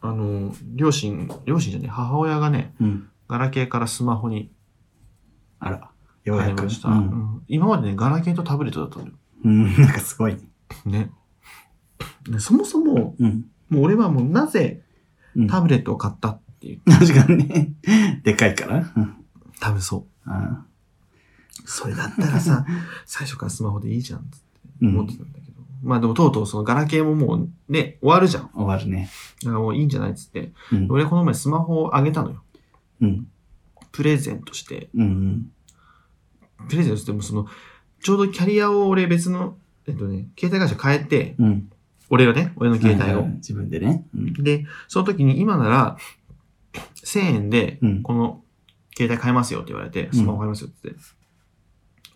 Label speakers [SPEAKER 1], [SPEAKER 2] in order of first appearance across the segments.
[SPEAKER 1] あの、両親、両親じゃねえ、母親がね、
[SPEAKER 2] うん。
[SPEAKER 1] ガラケーからスマホに
[SPEAKER 2] あら、よう
[SPEAKER 1] 変え
[SPEAKER 2] やく。
[SPEAKER 1] ました。
[SPEAKER 2] う。
[SPEAKER 1] うんん今までね、ガラケーとタブレットだったのよ。
[SPEAKER 2] うん、 なんかすごい。
[SPEAKER 1] ね。ねそもそも、
[SPEAKER 2] うん。
[SPEAKER 1] もう俺はもうなぜ
[SPEAKER 2] うん、
[SPEAKER 1] タブレットを買ったっていう、
[SPEAKER 2] 確かにね。でかいから。 うん。
[SPEAKER 1] 多分そう。
[SPEAKER 2] あ
[SPEAKER 1] それだったらさ、最初からスマホでいいじゃんって
[SPEAKER 2] ーうん。
[SPEAKER 1] 思って
[SPEAKER 2] 終
[SPEAKER 1] たんだけど。まあでもとうとうそのガラケーももうね、終わるじゃん。
[SPEAKER 2] わるね。
[SPEAKER 1] だからもういいんじゃないっつって。
[SPEAKER 2] うん。
[SPEAKER 1] 俺この前スマホをあげたのよ。
[SPEAKER 2] うん。
[SPEAKER 1] プレゼントして。
[SPEAKER 2] うんうん。
[SPEAKER 1] プレゼントしてもその、ちょうどキャリアを俺別の、えっとね、携帯会社変えて、
[SPEAKER 2] うん。
[SPEAKER 1] 俺がね、俺の携帯を。
[SPEAKER 2] 自分でね。うん。
[SPEAKER 1] で、その時に今なら、1000円で
[SPEAKER 2] うん、
[SPEAKER 1] この携帯買えますよって言われて、スマホ買えますよって言って、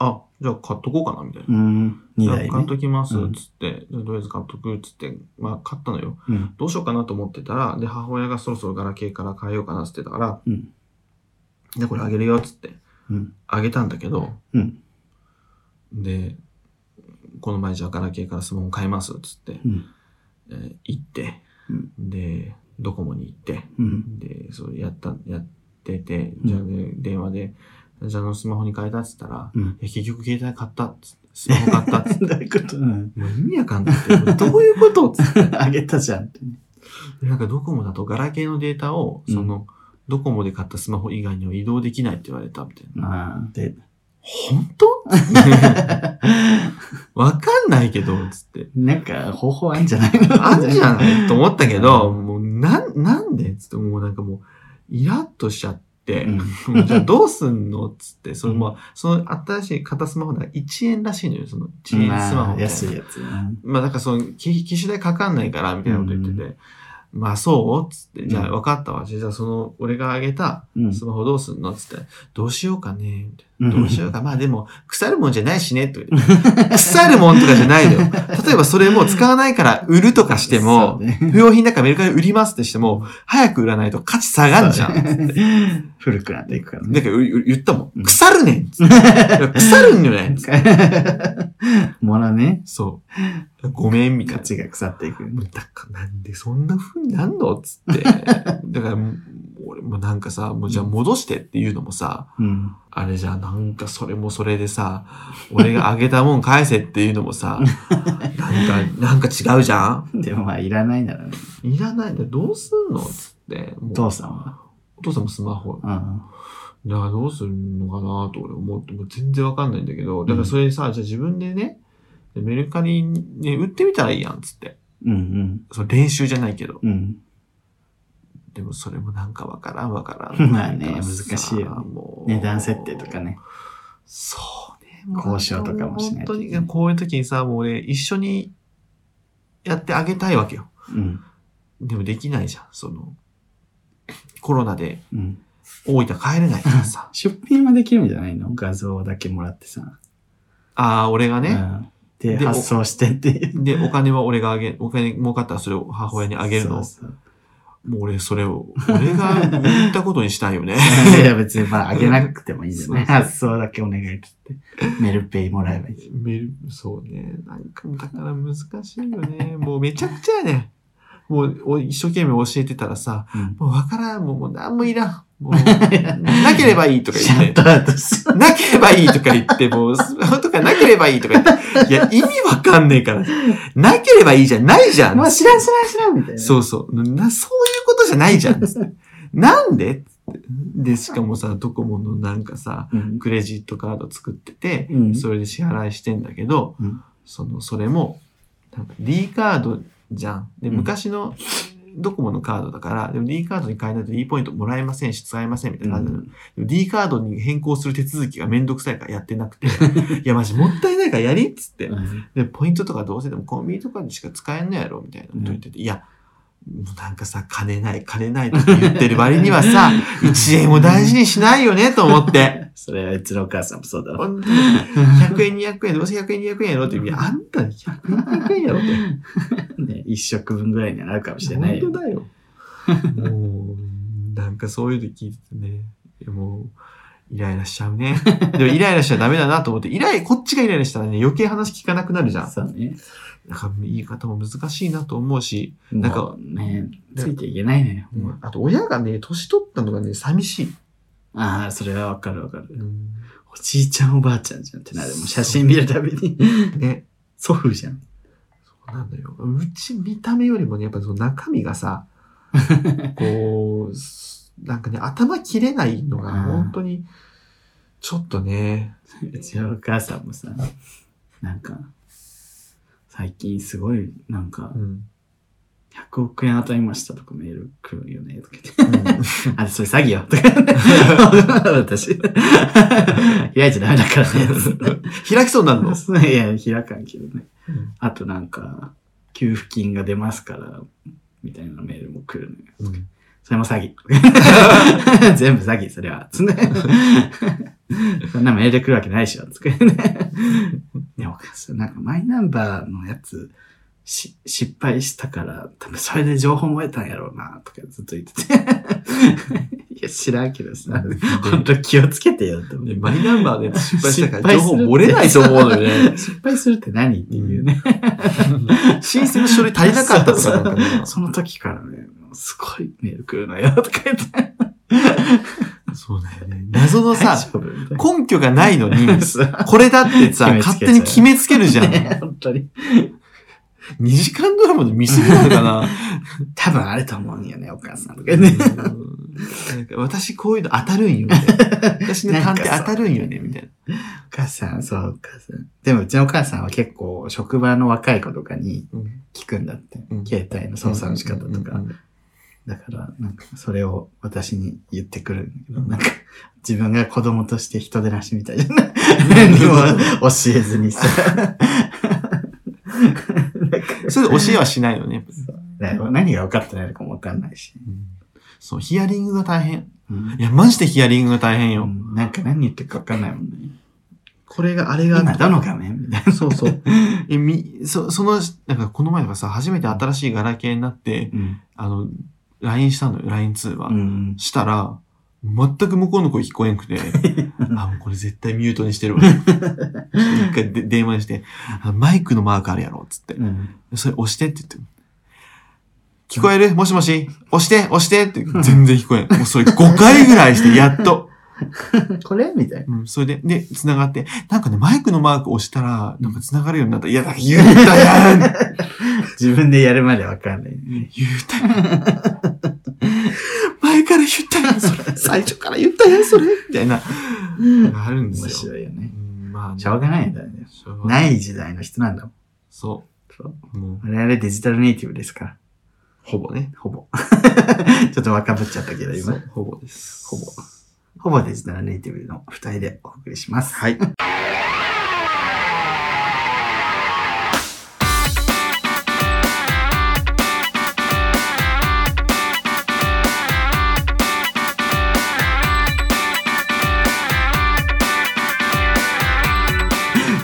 [SPEAKER 1] あ、じゃあ買っとこうかな、みたいな。
[SPEAKER 2] うん。二
[SPEAKER 1] いや
[SPEAKER 2] 台
[SPEAKER 1] 買っ
[SPEAKER 2] ね。
[SPEAKER 1] ときます、
[SPEAKER 2] うん
[SPEAKER 1] つって、じゃあとりあえず買っとく、つって、まあ買ったのよ。
[SPEAKER 2] うん。
[SPEAKER 1] どうしようかなと思ってたら、で、母親がそろそろガラケーから変えようかな、つってたから、
[SPEAKER 2] うん。
[SPEAKER 1] で、これあげるよ、つって、
[SPEAKER 2] うん。
[SPEAKER 1] あげたんだけど、
[SPEAKER 2] うん。
[SPEAKER 1] で、この前じゃあガラケーからスマホ変えます、つって、
[SPEAKER 2] うん。
[SPEAKER 1] えー行って
[SPEAKER 2] うん、
[SPEAKER 1] で、ドコモに行って、
[SPEAKER 2] うん。
[SPEAKER 1] で、そうやった、やってて、
[SPEAKER 2] うん
[SPEAKER 1] じゃあ、ね、電話で、じゃああのスマホに変えたっつったら、
[SPEAKER 2] うん。
[SPEAKER 1] え結局携帯買ったっつって、スマホ買ったっつって、
[SPEAKER 2] どういうことうん。
[SPEAKER 1] もう意味わかんないって、どういうことっつって。
[SPEAKER 2] あげたじゃんってね。
[SPEAKER 1] なんかドコモだとガラケーのデータを、
[SPEAKER 2] うん
[SPEAKER 1] その、ドコモで買ったスマホ以外には移動できないって言われたみたいな。
[SPEAKER 2] まあ、で、
[SPEAKER 1] 本当わかんないけど、つって。
[SPEAKER 2] なんか方法あんじゃないの
[SPEAKER 1] あんじゃないと思ったけど、
[SPEAKER 2] うん
[SPEAKER 1] もう、なん、なんでつって、もうなんかもう、イラッとしちゃって、
[SPEAKER 2] うん。
[SPEAKER 1] も うじゃあどうすんのっつって、それ
[SPEAKER 2] うん
[SPEAKER 1] も、その新しい型スマホだから1円らしいのよ、その1円スマホ
[SPEAKER 2] ま
[SPEAKER 1] みた
[SPEAKER 2] あ
[SPEAKER 1] いな。
[SPEAKER 2] 安いやつ。うん
[SPEAKER 1] まあだからその、機機種代かかんないから、みたいなこと言ってて、まあそうっつって、じゃあ分かったわ。じゃあその、俺があげた
[SPEAKER 2] うん
[SPEAKER 1] スマホどうすんのっつって、どうしようかね、みたい
[SPEAKER 2] うん
[SPEAKER 1] な。どうしようか。まあでも、腐るもんじゃないしね、とか言って。 腐るもんとかじゃないのよ。例えばそれもう使わないから売るとかして
[SPEAKER 2] そ
[SPEAKER 1] も
[SPEAKER 2] う、ね
[SPEAKER 1] 不要品だからメルカリで売りますってしても、早く売らないと価値下がんじゃん。
[SPEAKER 2] 古くなっていくから
[SPEAKER 1] な
[SPEAKER 2] ね。
[SPEAKER 1] んかうう言ったも
[SPEAKER 2] うん
[SPEAKER 1] ん。腐るね んっつっていや腐るんじゃないっつって
[SPEAKER 2] もらね、
[SPEAKER 1] そう。ごめん、みたい
[SPEAKER 2] 価
[SPEAKER 1] な。
[SPEAKER 2] 値が腐っていく。
[SPEAKER 1] もうだからなんでそんな風になんのっつ って。だから、もう俺もなんかさ、もうじゃあ戻してっていうのもさ、
[SPEAKER 2] うん。
[SPEAKER 1] あれじゃなんかそれもそれでさ、俺があげたもん返せっていうのもさ、なんか、なんか違うじゃん
[SPEAKER 2] でもまあ、いらないならね、
[SPEAKER 1] いらないんだよどうすんのっつって。も
[SPEAKER 2] お
[SPEAKER 1] う
[SPEAKER 2] 父さんは。
[SPEAKER 1] お父さんもスマホ。
[SPEAKER 2] うん。
[SPEAKER 1] だからどうするのかなと俺思って、もう全然わかんないんだけど、だからそれさ、じゃあ自分でね、でメルカリに売ってみたらいいやんっつって。
[SPEAKER 2] うん
[SPEAKER 1] その練習じゃないけど。
[SPEAKER 2] うん。うん。
[SPEAKER 1] でもそれもなんかわからんわからん。
[SPEAKER 2] まあね
[SPEAKER 1] だからさ
[SPEAKER 2] 難しいよね
[SPEAKER 1] もう
[SPEAKER 2] 値段設定とか。ね。
[SPEAKER 1] そうね。
[SPEAKER 2] 交渉とかもしないと
[SPEAKER 1] と本当にこういう時にさ、もう俺一緒にやってあげたいわけよ。
[SPEAKER 2] うん。
[SPEAKER 1] でもできないじゃん。その、コロナで
[SPEAKER 2] うん。。
[SPEAKER 1] 大分帰れないからさ
[SPEAKER 2] 出品はできるんじゃないの画像だけもらってさ。
[SPEAKER 1] ああ、俺がね。
[SPEAKER 2] うん。で、
[SPEAKER 1] で
[SPEAKER 2] 発送してっていう。
[SPEAKER 1] で、お金は俺があげ、お金儲かったらそれを母親にあげるの。
[SPEAKER 2] そうそう
[SPEAKER 1] もう俺、それを、俺が言ったことにしたいよ ね。
[SPEAKER 2] いや、別 にまあ、あげなくてもいいんじゃな
[SPEAKER 1] そ
[SPEAKER 2] い
[SPEAKER 1] うそう
[SPEAKER 2] 発送だけお願いって言って。メルペイもらえばいい。
[SPEAKER 1] メルそうね。なんか、だから難しいよね。もうめちゃくちゃやね。もう、お一生懸命教えてたらさ、
[SPEAKER 2] うん
[SPEAKER 1] もうわからん、もうもう何もいらん。もう、なければいいとか
[SPEAKER 2] シャ
[SPEAKER 1] 言
[SPEAKER 2] ッ
[SPEAKER 1] って。
[SPEAKER 2] トアウトして。
[SPEAKER 1] なければいいとか言って、もう、スマホとかなければいいとか言って。いや、意味わかんねえから。なければいいじゃないじゃん。
[SPEAKER 2] もう知らん知らん知らんみたいな。
[SPEAKER 1] そうそう。な、そういうことじゃないじゃ ん。なんでで、しかもさ、ドコモのなんかさ、
[SPEAKER 2] うん。
[SPEAKER 1] クレジットカード作ってて、
[SPEAKER 2] うん
[SPEAKER 1] それで支払いしてんだけど、
[SPEAKER 2] うん
[SPEAKER 1] その、それも、なんか D カードじゃん。で、
[SPEAKER 2] うん
[SPEAKER 1] 昔のドコモのカードだから、でも D カードに変えないと D ポイントもらえませんし、使えませんみたいな感じなの。でも D カードに変更する手続きがめんどくさいからやってなくて、 いや、マジもったいないからやりっつって。で、ポイントとかどうせでもコンビニとかでしか使えんのやろみたいなこと言ってて、いや、もうなんかさ、金ない、金ないとか言ってる割には さ、1円も大事にしないよねと思 って。
[SPEAKER 2] それはうちのお母さんもそうだわ。
[SPEAKER 1] 本当に100円、200円、どうせ100円、200円やろって言ういやあんた100円、200円やろって。
[SPEAKER 2] ね、一食分ぐらいにはなるかもしれない
[SPEAKER 1] 本。
[SPEAKER 2] よ
[SPEAKER 1] 当だ よ。もう、なんかそういうの聞いててね、いやもう、イライラしちゃうね。でもイライラしちゃダメだなと思って、イライ、こっちがイライラしたらね、余計話聞かなくなるじゃん。
[SPEAKER 2] そうね。
[SPEAKER 1] なんか言い方も難しいなと思うし、なんか
[SPEAKER 2] もうね、ついていけないね。もう
[SPEAKER 1] あと親がね、年取ったのがね、寂しい。
[SPEAKER 2] ああ、それはわかるわかる。
[SPEAKER 1] うん
[SPEAKER 2] おじいちゃんおばあちゃんじゃんってなる。もう写真見るたびに、
[SPEAKER 1] ね。
[SPEAKER 2] 祖父じゃん。
[SPEAKER 1] そうなんだよ。うち見た目よりもね、やっぱその中身が さ、こう、すなんかね、頭切れないのが本当に、ちょっとね、
[SPEAKER 2] うちのお母さんもさ、なんか、最近すごい、なんか
[SPEAKER 1] う、ん。
[SPEAKER 2] 100億円当たりましたとかメール来るよね、とか言って。
[SPEAKER 1] う
[SPEAKER 2] あ、それ詐欺よ、 とか。私。開いちゃダメだからね。
[SPEAKER 1] ん 開きそうになるの。
[SPEAKER 2] いや、開かんけどね。あとなんか、給付金が出ますから、みたいなメールも来るのよ。
[SPEAKER 1] うん
[SPEAKER 2] それも詐欺。全部詐欺、そ れは。つね。そんなメール来るわけないでしょ。つくね。ね、おかしい。なんかマイナンバーのやつ、し、失敗したから、多分それで情報も得たんやろうな、とかずっと言ってて。いや、知らんけどさ。本当気をつけてよ、と思って
[SPEAKER 1] で。マイナンバーで失敗したから情
[SPEAKER 2] 失
[SPEAKER 1] 報
[SPEAKER 2] 敗する
[SPEAKER 1] 漏れないと思うのよ ね。
[SPEAKER 2] 失敗するって何っていうね。
[SPEAKER 1] 申請の書類足りなかったとかなんかね
[SPEAKER 2] その時からね、もうすごいメール来るのよ、とか言って。
[SPEAKER 1] そうだよね。謎の
[SPEAKER 2] 大
[SPEAKER 1] さ、
[SPEAKER 2] 丈夫みたいな
[SPEAKER 1] 根拠がないのに、
[SPEAKER 2] そう
[SPEAKER 1] これだってさ、
[SPEAKER 2] 決めつけちゃう
[SPEAKER 1] 勝手に決めつけるじゃん。
[SPEAKER 2] ね 本当に。
[SPEAKER 1] 2時間ドラマの見過ぎなのか な
[SPEAKER 2] 多分あると思うんよね、お母さんとかね。
[SPEAKER 1] うんなんか私こういうの当たるんよ、み たいな。私の鑑定当たるんよね、みたいな。
[SPEAKER 2] お母さん、そう、お母さん。でもうちのお母さんは結構、職場の若い子とかに聞くんだって。
[SPEAKER 1] うん
[SPEAKER 2] 携帯の操作の仕方と
[SPEAKER 1] う
[SPEAKER 2] か
[SPEAKER 1] ん。。
[SPEAKER 2] だから、なんか、それを私に言ってくるんだけど、なんか、自分が子供として人でなしみたいじゃない 何も教えずにさ。
[SPEAKER 1] それで教えはしないよね。
[SPEAKER 2] 何が分かってないのかも分かんないし。
[SPEAKER 1] そう、ヒアリングが大変。
[SPEAKER 2] うん
[SPEAKER 1] いや、マジでヒアリングが大変よ。
[SPEAKER 2] なんか何言ってるか分かんないもんね。
[SPEAKER 1] これが、あれ
[SPEAKER 2] 今どの画面みたいな。
[SPEAKER 1] そうそう。 え、み、そ、その、なんかこの前とかさ、初めて新しいガラケーになって、
[SPEAKER 2] うん。
[SPEAKER 1] あの、LINE したのよ、LINE 通話。
[SPEAKER 2] うん。
[SPEAKER 1] したら、全く向こうの声聞こえん くて、あ、もうこれ絶対ミュートにしてるわ。一回で電話して、あマイクのマークあるやろ、つって。
[SPEAKER 2] うん
[SPEAKER 1] それ押してって言って。聞こえるもしもし押して押してって全然聞こえん。もうそれ5回ぐらいして、やっ と。
[SPEAKER 2] これみたいな。
[SPEAKER 1] うん、それで、で、繋がって、なんかね、マイクのマーク押したら、なんか繋がるようになった。いや、だから言った やん言
[SPEAKER 2] 自分でやるまで分かんない。
[SPEAKER 1] ったやん前から言ったやんそれ最初から言ったやんそれみたいな、あるんで
[SPEAKER 2] 面
[SPEAKER 1] すよ。
[SPEAKER 2] 白いよね。
[SPEAKER 1] うんまあね
[SPEAKER 2] しょうがないんだよね。
[SPEAKER 1] しょうがない。
[SPEAKER 2] ない時代の人なんだもん。
[SPEAKER 1] そ
[SPEAKER 2] そう
[SPEAKER 1] う。もう、
[SPEAKER 2] 我々デジタルネイティブですから。
[SPEAKER 1] ほぼね。
[SPEAKER 2] ほぼ。 ちょっと若ぶっちゃったけど、
[SPEAKER 1] そ
[SPEAKER 2] 今。
[SPEAKER 1] うほぼです。
[SPEAKER 2] ほぼ。ほぼデジタルネイティブの二人でお送りします。
[SPEAKER 1] はい。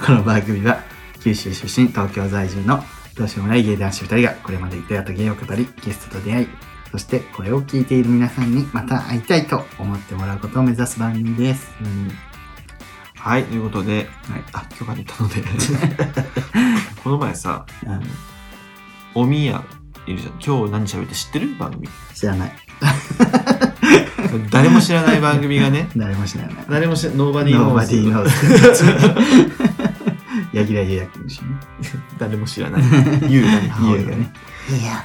[SPEAKER 2] この番組は、九州出身、東京在住のどうしようもない芸男子二人がこれまで出会った芸を語り、ゲストと出会い、そしてこれを聞いている皆さんにまた会いたいと思ってもらうことを目指す番組です。
[SPEAKER 1] うんはい、ということで、
[SPEAKER 2] はい。
[SPEAKER 1] あ、許可出たの で。この前さ、
[SPEAKER 2] うん
[SPEAKER 1] おみやいるじゃん。今日何喋って知ってる番組。
[SPEAKER 2] 知らない。
[SPEAKER 1] 誰も知らない番組がね。
[SPEAKER 2] 誰も知らない。
[SPEAKER 1] 誰も知らない。ノーバディー
[SPEAKER 2] ノー
[SPEAKER 1] ノ
[SPEAKER 2] バ
[SPEAKER 1] ー
[SPEAKER 2] ディー
[SPEAKER 1] ー
[SPEAKER 2] ノーズ。 ヤギラヤヤ君でしょ。
[SPEAKER 1] 誰も知ら ない。優雅に母親がね。。
[SPEAKER 2] いや。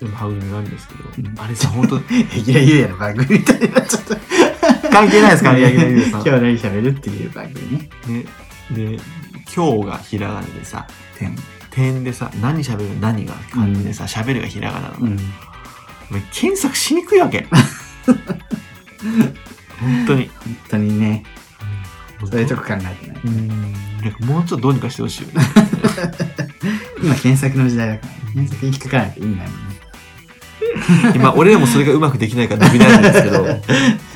[SPEAKER 1] でも母親があるんですけど
[SPEAKER 2] う。ん
[SPEAKER 1] あれさ、本当
[SPEAKER 2] ヤギラヤヤの番組みたいになっちゃった。
[SPEAKER 1] 関係ないですからね、柳楽優さ
[SPEAKER 2] 今
[SPEAKER 1] ん。
[SPEAKER 2] 日
[SPEAKER 1] ね、
[SPEAKER 2] 何喋るっていう番組ね。
[SPEAKER 1] で、今日がひらがなでさ、
[SPEAKER 2] でも
[SPEAKER 1] 点でさ、何喋る何が漢字でさ、喋るがひらがななの。
[SPEAKER 2] うん。
[SPEAKER 1] お前検索しにくいわ け。本当に。
[SPEAKER 2] 本当にね、そういうとこ考えてない。
[SPEAKER 1] うん。なんかもうちょっとどうにかしてほしいよね。
[SPEAKER 2] 今検索の時代だから、検索に引っかからないと意味ないもんね。
[SPEAKER 1] 今、俺らもそれがうまくできないから伸びないんですけど、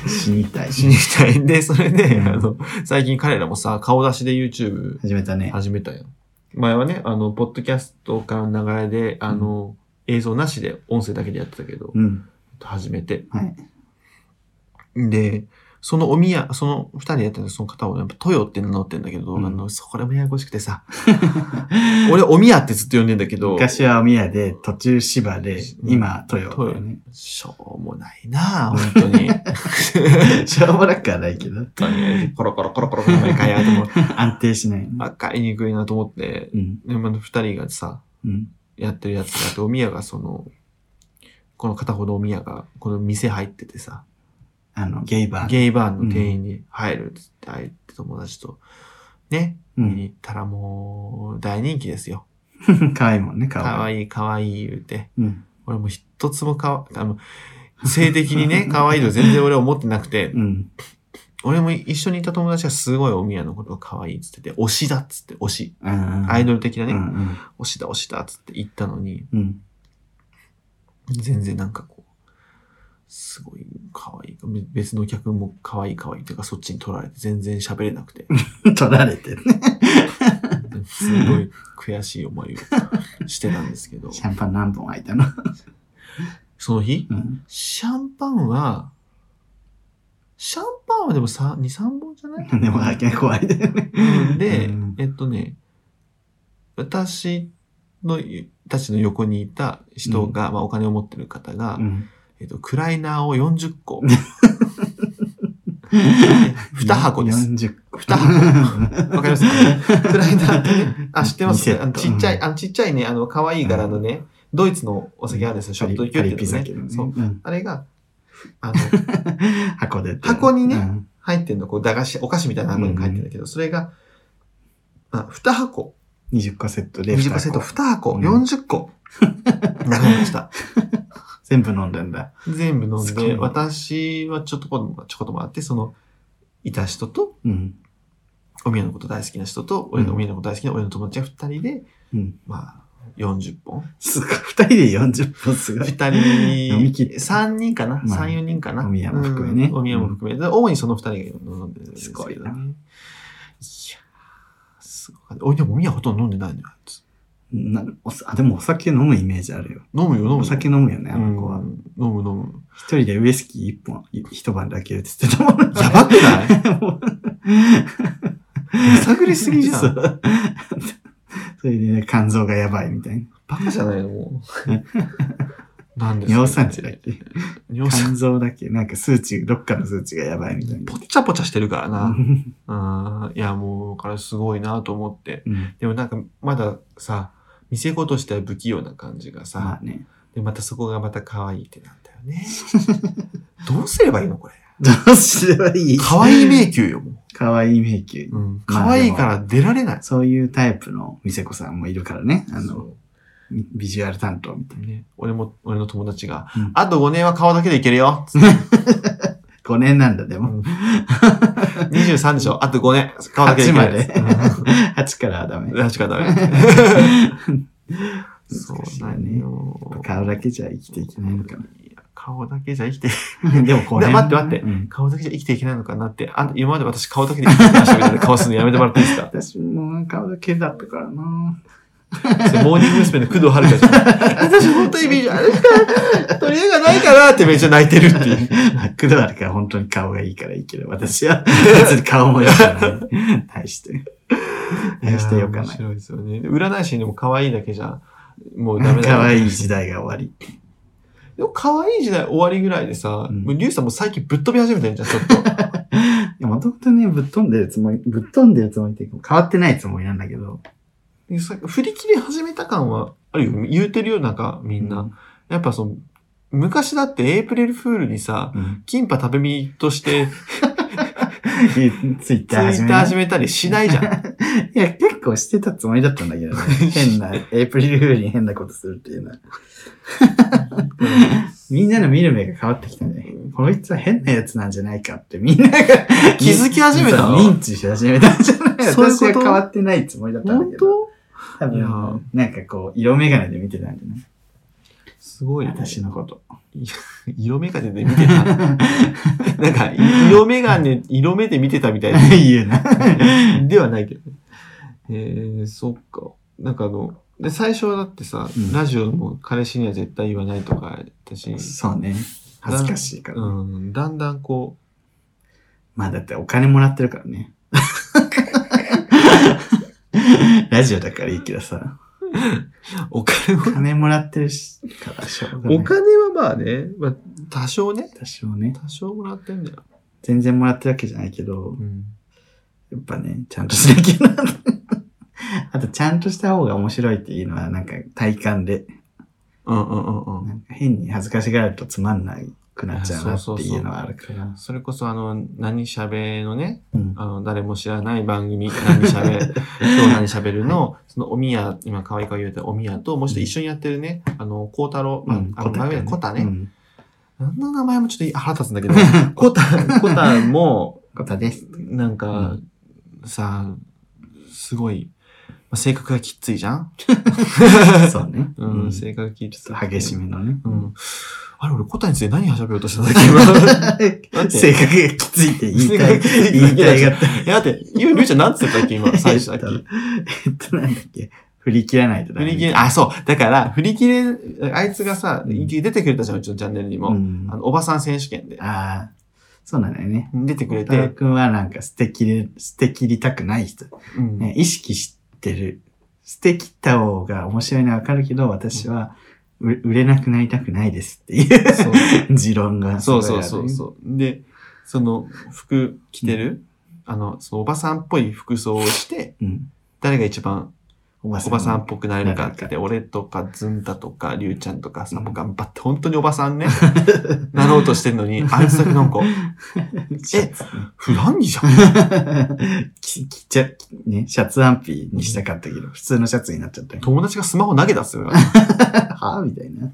[SPEAKER 2] 死にたい。
[SPEAKER 1] 死にたいんで、それで、あの、最近彼らもさ、顔出しで YouTube
[SPEAKER 2] 始めたね。
[SPEAKER 1] 始めたよ。前はね、あの、ポッドキャストからの流れで、あの、映像なしで、音声だけでやってたけど、
[SPEAKER 2] うん。
[SPEAKER 1] 始めて。
[SPEAKER 2] はい。
[SPEAKER 1] で、そのおみや、その二人やってたその方を、やっぱトヨって名乗ってんだけど、
[SPEAKER 2] うん
[SPEAKER 1] あの、そこらもややこしくて さ、俺おみやってずっと呼んでんだけど、
[SPEAKER 2] 昔はお宮で、途中芝で、今、豊だよね。
[SPEAKER 1] しょうもないなぁ、本 当に。
[SPEAKER 2] しょうもなくはないけど、
[SPEAKER 1] 本当にコロコロコロコロコロ変えようと思って、
[SPEAKER 2] 安定しないよね。
[SPEAKER 1] あ、買いにくいなと思って、
[SPEAKER 2] うん。
[SPEAKER 1] でもあの二人がさ、
[SPEAKER 2] うん。
[SPEAKER 1] やってるやつがあって、おみやがその、この片方のおみやが、この店入っててさ、
[SPEAKER 2] あの、ゲイバー。
[SPEAKER 1] ゲイバーの店員に入るっつって入って友達と、ね、
[SPEAKER 2] う
[SPEAKER 1] 見に行ったらもう、大人気ですよ。
[SPEAKER 2] ん。可愛いもんね、可
[SPEAKER 1] か
[SPEAKER 2] 愛い。
[SPEAKER 1] わいいかわいい言うて。
[SPEAKER 2] うん。
[SPEAKER 1] 俺もう一つもかわ、あの、性的に ね、可愛いと全然俺は思ってなくて、
[SPEAKER 2] うん。
[SPEAKER 1] 俺も一緒にいた友達がすごいおみやのことが可愛いっつってて、推しだっつって、推し。ア
[SPEAKER 2] ア
[SPEAKER 1] イドル的な
[SPEAKER 2] ル
[SPEAKER 1] ね、
[SPEAKER 2] うんうん
[SPEAKER 1] 推しだ推しだっつって言ったのに、
[SPEAKER 2] うん。
[SPEAKER 1] 全然なんかこう、すごい可愛い。べ別のお客も可愛い可愛いっていうか、そっちに取られて全然喋れなく て、
[SPEAKER 2] 取られてね。
[SPEAKER 1] すごい悔しい思いをしてたんです けど、
[SPEAKER 2] シャンパン何本開いたの。
[SPEAKER 1] その日、
[SPEAKER 2] うん。
[SPEAKER 1] シャンパンは、シャンパンはでもさ2、3本じゃない
[SPEAKER 2] でも、だけ怖いだよね。
[SPEAKER 1] で、
[SPEAKER 2] うん
[SPEAKER 1] えっとね、私の、たちの横にいた人が、まあお金を持ってる方が、
[SPEAKER 2] うん。
[SPEAKER 1] えっと、クライナーを40個。2箱です。
[SPEAKER 2] 40個。
[SPEAKER 1] 二 箱わかりますクライナーってね、あ、知ってます
[SPEAKER 2] 店
[SPEAKER 1] あのちっちゃい、あのちっちゃいね、あの、可愛い柄のね、ドイツのお酒あるんですよ、ショットキュ
[SPEAKER 2] パ
[SPEAKER 1] ー
[SPEAKER 2] リ
[SPEAKER 1] っ
[SPEAKER 2] ピ
[SPEAKER 1] て
[SPEAKER 2] 酒
[SPEAKER 1] いう
[SPEAKER 2] の
[SPEAKER 1] の
[SPEAKER 2] ね
[SPEAKER 1] ね。そう。
[SPEAKER 2] うん
[SPEAKER 1] あれが、あの、
[SPEAKER 2] 箱で。
[SPEAKER 1] 箱にね
[SPEAKER 2] うん
[SPEAKER 1] 入ってんの、こう、駄菓子、お菓子みたいな箱に入ってるんだけど、それが、まあ、2箱。
[SPEAKER 2] 20個セットで。
[SPEAKER 1] 20個セット2箱、
[SPEAKER 2] うん
[SPEAKER 1] 40個。 なくなりました。
[SPEAKER 2] 全部飲んだんだ。
[SPEAKER 1] 全部飲ん
[SPEAKER 2] すごい
[SPEAKER 1] で、
[SPEAKER 2] ね
[SPEAKER 1] 私はちょっとこも、ちょこっともあって、その、いた人と、
[SPEAKER 2] うん。
[SPEAKER 1] おみやのこと大好きな人と、俺のおみやのこと大好きな俺の友達が2人で、
[SPEAKER 2] うん。
[SPEAKER 1] まあ、40本。
[SPEAKER 2] すごい。二人で40本すごい。
[SPEAKER 1] 2人、
[SPEAKER 2] 飲み切って
[SPEAKER 1] 3人かな、
[SPEAKER 2] まあ
[SPEAKER 1] ?3、4人かな
[SPEAKER 2] おみやも含めね
[SPEAKER 1] うんおみやも含め。で主にその2人が飲んでるんですす
[SPEAKER 2] ご
[SPEAKER 1] け
[SPEAKER 2] い
[SPEAKER 1] ど
[SPEAKER 2] な
[SPEAKER 1] ね。いやー、すごかった。おいでもおみやほとんど飲んでないのよ、あいつ
[SPEAKER 2] なおあでもお酒飲むイメージあるよ。
[SPEAKER 1] 飲むよ、飲むよ。
[SPEAKER 2] お酒飲むよね、あの子は
[SPEAKER 1] う。ん飲む飲む。
[SPEAKER 2] 一人でウイスキー一本、い一晩だけって言ってたもん。
[SPEAKER 1] やばくない
[SPEAKER 2] もう
[SPEAKER 1] 手探りすぎじゃ
[SPEAKER 2] そ
[SPEAKER 1] ん。
[SPEAKER 2] う それでね、肝臓がやばいみたいな。
[SPEAKER 1] バカじゃないのもう。なんですか
[SPEAKER 2] 尿酸値だっけ
[SPEAKER 1] 尿酸
[SPEAKER 2] 肝臓だっけなんか数値、どっかの数値がやばいみたいな
[SPEAKER 1] ぽっちゃぽちゃしてるから。
[SPEAKER 2] う
[SPEAKER 1] な。
[SPEAKER 2] ん
[SPEAKER 1] うん。いや、もう、だからすごいなと思って。
[SPEAKER 2] うん
[SPEAKER 1] でもなんか、まださ、見せ子としては不器用な感じがさ、
[SPEAKER 2] まあね。
[SPEAKER 1] で、またそこがまた可愛いってなんだよね。どうすればいいのこれ。
[SPEAKER 2] どうすればいい
[SPEAKER 1] 可愛い迷宮よ、も
[SPEAKER 2] かわいい迷宮
[SPEAKER 1] う。。うん。
[SPEAKER 2] まあ
[SPEAKER 1] 可愛いから出られない。
[SPEAKER 2] そういうタイプの店子さんもいるからね。あの、
[SPEAKER 1] そ
[SPEAKER 2] ビビジュアル担当みたいう
[SPEAKER 1] ね、俺も、俺の友達が、
[SPEAKER 2] うん
[SPEAKER 1] あと5年は顔だけでいけるよ。
[SPEAKER 2] な。5年なんだ、でも。
[SPEAKER 1] 23でしょあと5年。顔だけでいける。
[SPEAKER 2] 8まで
[SPEAKER 1] うん
[SPEAKER 2] 8からはダメ。
[SPEAKER 1] 確かダメ。
[SPEAKER 2] 難しいよ
[SPEAKER 1] だ
[SPEAKER 2] ね。
[SPEAKER 1] よ
[SPEAKER 2] 顔だけじゃ生きていけないのかな。
[SPEAKER 1] いや顔だけじゃ生きて、
[SPEAKER 2] でもこうね。
[SPEAKER 1] ね待って待って
[SPEAKER 2] うん
[SPEAKER 1] 顔だけじゃ生きていけないのかなって、あ今まで私顔だけで生きてきましたみたいな顔するのやめてもらっていい ですか
[SPEAKER 2] 私も顔だけだったからな。
[SPEAKER 1] それモーニング娘。の工藤遥香じゃん。私本当にビジュアルしか取り柄がないからってめっちゃ泣いてるっていう。
[SPEAKER 2] マックドナルドは本当に顔がいいからいいけど、私 は別に顔も良く ない。大して。大して良く
[SPEAKER 1] いやー面
[SPEAKER 2] ない。
[SPEAKER 1] 白いですよね。で占い師でも可愛いだけじゃ、もうダメだよ。
[SPEAKER 2] 可愛い時代が終わり。
[SPEAKER 1] でも可愛い時代終わりぐらいでさ、
[SPEAKER 2] うん
[SPEAKER 1] もうリュウさんもう最近ぶっ飛び始めてるじゃん、ちょっ と。
[SPEAKER 2] でもともとね、ぶっ飛んでるつもり、ぶっ飛んでるつもりっていうか、変わってないつもりなんだけど。
[SPEAKER 1] でさ振り切り始めた感はあるよ。言うてるよ、なんかみんな。やっぱその、昔だってエイプリルフールにさ、
[SPEAKER 2] うん。
[SPEAKER 1] キンパ食べ身として、
[SPEAKER 2] ツイッ
[SPEAKER 1] ツイ
[SPEAKER 2] ター始
[SPEAKER 1] ッター
[SPEAKER 2] めね
[SPEAKER 1] 始めたりしないじゃ ん。
[SPEAKER 2] いや、結構してたつもりだったんだ けどね。変な、エイプリルフールに変なことするっていうのは。みんなの見る目が変わってきたね。こいつは変なやつなんじゃないかってみんなが
[SPEAKER 1] 気づき始めたの
[SPEAKER 2] 認知し始めたんじゃない
[SPEAKER 1] そういう
[SPEAKER 2] 私
[SPEAKER 1] こと
[SPEAKER 2] は変わってないつもりだったんだ
[SPEAKER 1] 本
[SPEAKER 2] けど。
[SPEAKER 1] 当
[SPEAKER 2] 多
[SPEAKER 1] いや
[SPEAKER 2] 分、なんかこう、色眼鏡で見てたんだね。
[SPEAKER 1] すごいね。
[SPEAKER 2] 私のこと。
[SPEAKER 1] 色眼鏡で見てた。なんか、色眼鏡、色目で見てたみたいな。
[SPEAKER 2] 言うな。
[SPEAKER 1] ではないけどね。えー、そっか。なんかあの、で最初はだってさ、
[SPEAKER 2] うん
[SPEAKER 1] ラジオも彼氏には絶対言わないとかやったし、
[SPEAKER 2] そうね。恥ずかしいから。
[SPEAKER 1] うん、だんだんこう、
[SPEAKER 2] まあだってお金もらってるから ね。ラジオだからいいけどさ。
[SPEAKER 1] お金
[SPEAKER 2] お
[SPEAKER 1] は、
[SPEAKER 2] 金もらってるしからしょうがない。
[SPEAKER 1] お金はまあね、まあ、多少ね、
[SPEAKER 2] 多少ね。
[SPEAKER 1] 多少もらってんだよ。
[SPEAKER 2] 全然もらってるわけじゃないけど
[SPEAKER 1] う、ん。
[SPEAKER 2] やっぱね、ちゃんとしなきゃな。 あと、ちゃんとした方が面白いっていうのは、なんか体感で、
[SPEAKER 1] うんうんうんうん。
[SPEAKER 2] なんか変に恥ずかしがるとつまんないくなっちゃうなっていうのはあるから。
[SPEAKER 1] それこそあの、何喋のね、
[SPEAKER 2] うん
[SPEAKER 1] あの、誰も知らない番組、何 喋、今日何喋るの、そのおみや、今可愛い顔言うておみやと、もうちょっと一緒にやってるね、あの、孝太郎、まあ、あの、真上のコタね。
[SPEAKER 2] うん
[SPEAKER 1] 何の名前もちょっといい腹立つんだ けど、コタ、コタも、
[SPEAKER 2] コ タです。
[SPEAKER 1] なんか、
[SPEAKER 2] う
[SPEAKER 1] さ、すごい、まあ、性格がきっついじゃん
[SPEAKER 2] そうね。
[SPEAKER 1] うん、
[SPEAKER 2] うん
[SPEAKER 1] 性格きっつい。
[SPEAKER 2] 激しめのね。
[SPEAKER 1] うん。あれ、俺、コタについて何喋ろうとしたんだっけ今待って
[SPEAKER 2] 性格がきついって言いた
[SPEAKER 1] 性格が
[SPEAKER 2] い。
[SPEAKER 1] きついって
[SPEAKER 2] 言いたいがった。
[SPEAKER 1] いや、だって、ゆうりゅうちゃん何つってたっけ今、最初だっけ
[SPEAKER 2] えっと、なんだっけ。振り切らないとダ
[SPEAKER 1] 振
[SPEAKER 2] メ。
[SPEAKER 1] り切れ、あ、そう。だから、振り切れ、あいつがさ、
[SPEAKER 2] うん
[SPEAKER 1] 出てくれたじゃん、うちのチャンネルにも。
[SPEAKER 2] うん
[SPEAKER 1] あの、おばさん選手権で。
[SPEAKER 2] ああ、そうなんだよね。
[SPEAKER 1] 出てくれ
[SPEAKER 2] 孝太郎
[SPEAKER 1] て、
[SPEAKER 2] くんはなんか捨てきれ、捨てきりたくない人。
[SPEAKER 1] うん
[SPEAKER 2] ね、意識してる。捨てきった方が面白いのはわかるけど、私は、う売れなくなりたくないですっていう
[SPEAKER 1] そう
[SPEAKER 2] 持論がす
[SPEAKER 1] そ
[SPEAKER 2] ごいうある
[SPEAKER 1] そ
[SPEAKER 2] よ
[SPEAKER 1] う
[SPEAKER 2] ね。
[SPEAKER 1] そうそう。で、その、服着てる、あの、そのおばさんっぽい服装をして、
[SPEAKER 2] うん。
[SPEAKER 1] 誰が一番
[SPEAKER 2] おば
[SPEAKER 1] お
[SPEAKER 2] さん。
[SPEAKER 1] ばさんっぽくなれるかって言って、
[SPEAKER 2] な
[SPEAKER 1] 俺とかズンタとかリュウちゃんとかさ、
[SPEAKER 2] うん
[SPEAKER 1] もう頑張って、本当におばさんね、 なろうとしてるの に、あいつだけなんか、
[SPEAKER 2] シャツ
[SPEAKER 1] 普段着じゃん。
[SPEAKER 2] ねききちゃ、ね、シャツアンピにしたかったけど、普通のシャツになっちゃったよ。
[SPEAKER 1] 友達がスマホ投げ出すよ。
[SPEAKER 2] はぁみたいな。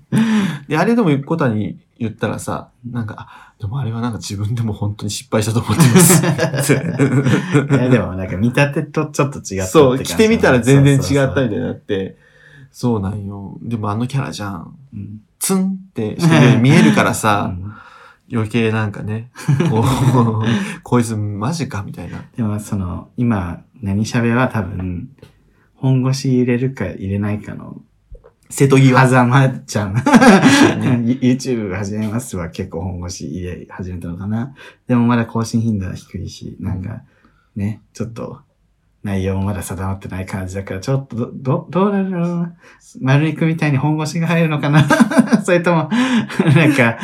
[SPEAKER 1] で、あれでもコタに言ったらさ、なんか、あでもあれはなんか自分でも本当に失敗したと思って ます。
[SPEAKER 2] いや、でもなんか見立てとちょっと違ったって感じ
[SPEAKER 1] そう、着てみたら全然違ったみたいになって、そうなんよ。でもあのキャラじゃん。
[SPEAKER 2] うん
[SPEAKER 1] ツンってしてるように見えるから
[SPEAKER 2] う
[SPEAKER 1] さ、
[SPEAKER 2] ん
[SPEAKER 1] 余計なんかね、こう こいつマジかみたいな。
[SPEAKER 2] でもその、今、何喋は多分、本腰入れるか入れないかの、
[SPEAKER 1] 瀬戸際。
[SPEAKER 2] あざまちゃん。
[SPEAKER 1] に
[SPEAKER 2] YouTube 始めますは結構本腰入れ始めたのかな。でもまだ更新頻度は低いし、なんか、ね、ちょっと、内容もまだ定まってない感じだから、ちょっとど、ど、どうなるのかな丸肉みたいに本腰が入るのかな それとも、 なんか、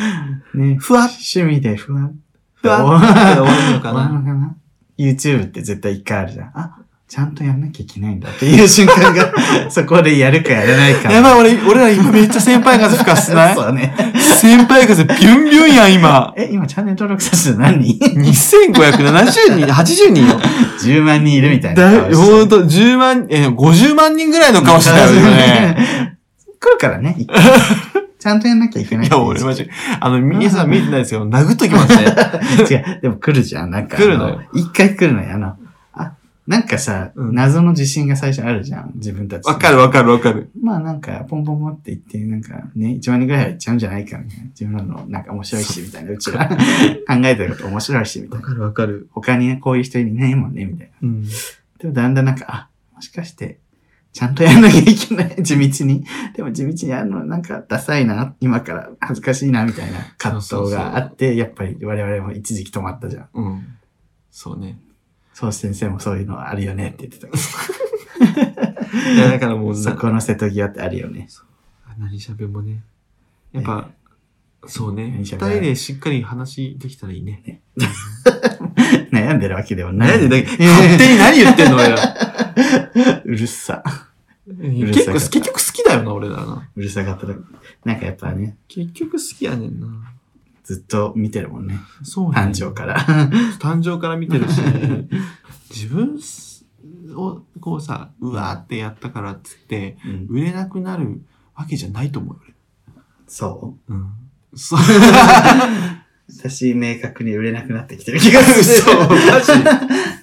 [SPEAKER 2] ね、
[SPEAKER 1] ふわっ
[SPEAKER 2] 趣味で不安。
[SPEAKER 1] ふわっって終わるのか
[SPEAKER 2] 終わる
[SPEAKER 1] な。
[SPEAKER 2] のかな ?YouTube って絶対一回あるじゃん。あ、ちゃんとやんなきゃいけないんだっていう瞬間 が、そこでやるかやらないか。
[SPEAKER 1] やばい、俺、俺ら今めっちゃ先輩風吹かすない
[SPEAKER 2] そうね。
[SPEAKER 1] 先輩風ビュンビュンやん、今。
[SPEAKER 2] え、今チャンネル登録者数何 人
[SPEAKER 1] 2570人、80人よ。
[SPEAKER 2] ?10 万人いるみたいな
[SPEAKER 1] だ
[SPEAKER 2] 顔
[SPEAKER 1] い、
[SPEAKER 2] して。
[SPEAKER 1] ほんと、10万、えー、50万人ぐらいの顔してたよね。
[SPEAKER 2] 来るからね。一 回ちゃんとやんなきゃいけない
[SPEAKER 1] い
[SPEAKER 2] って
[SPEAKER 1] や、
[SPEAKER 2] う
[SPEAKER 1] 俺マジ、あの、皆さん見えてないですけど、殴っときます ね。
[SPEAKER 2] 違う、でも来るじゃん。なんかあ。
[SPEAKER 1] 来るのよ
[SPEAKER 2] 一回来るのよ。あの、あ、なんかさ、
[SPEAKER 1] うん
[SPEAKER 2] 謎の自信が最初あるじゃん。自分たち。
[SPEAKER 1] わかるわかるわかる。
[SPEAKER 2] まあなんか、ポンポンポンって言って、なんかね、1万人ぐらいはいっちゃうんじゃないかみたいな。自分らのなんか面白いし、みたいな。うちら考えてること面白いし、みたいな。
[SPEAKER 1] かるわかる。
[SPEAKER 2] 他にね、こういう人いないもんね、みたいな。
[SPEAKER 1] うん。
[SPEAKER 2] でもだんだんなんか、あ、もしかして、ちゃんとやんなきゃいけない。地道に。でも地道にやるのなんかダサいな。今から恥ずかしいな、みたいな葛藤があって、やっぱり我々も一時期止まったじゃん。
[SPEAKER 1] うん。そうね。
[SPEAKER 2] そう先生もそういうのあるよねって言ってた。
[SPEAKER 1] いや、だからもう、
[SPEAKER 2] そ
[SPEAKER 1] な
[SPEAKER 2] この瀬戸際ってあるよね。
[SPEAKER 1] 何喋もね。やっぱ、そうね。
[SPEAKER 2] 何
[SPEAKER 1] 二
[SPEAKER 2] 喋
[SPEAKER 1] 人でしっかり話できたらいいね。
[SPEAKER 2] 悩んでるわけではない。
[SPEAKER 1] 何で、だけ
[SPEAKER 2] いやいや
[SPEAKER 1] 勝手に何言ってんの 俺ら。
[SPEAKER 2] うるさ。るさ
[SPEAKER 1] 結
[SPEAKER 2] か
[SPEAKER 1] 構、
[SPEAKER 2] った
[SPEAKER 1] 結局好きだよな、俺らな。
[SPEAKER 2] うるさかったら。なんかやっぱね、
[SPEAKER 1] 結局好きやねんな。
[SPEAKER 2] ずっと見てるもんね。
[SPEAKER 1] そうね。
[SPEAKER 2] 誕生から。
[SPEAKER 1] 誕生から見て るし、自分をこうさ、うわーってやったからっつって、
[SPEAKER 2] うん
[SPEAKER 1] 売れなくなるわけじゃないと思うよ、
[SPEAKER 2] そう。
[SPEAKER 1] 俺。うん。そう。
[SPEAKER 2] 私、明確に売れなくなってきてる気が する。
[SPEAKER 1] 嘘マジ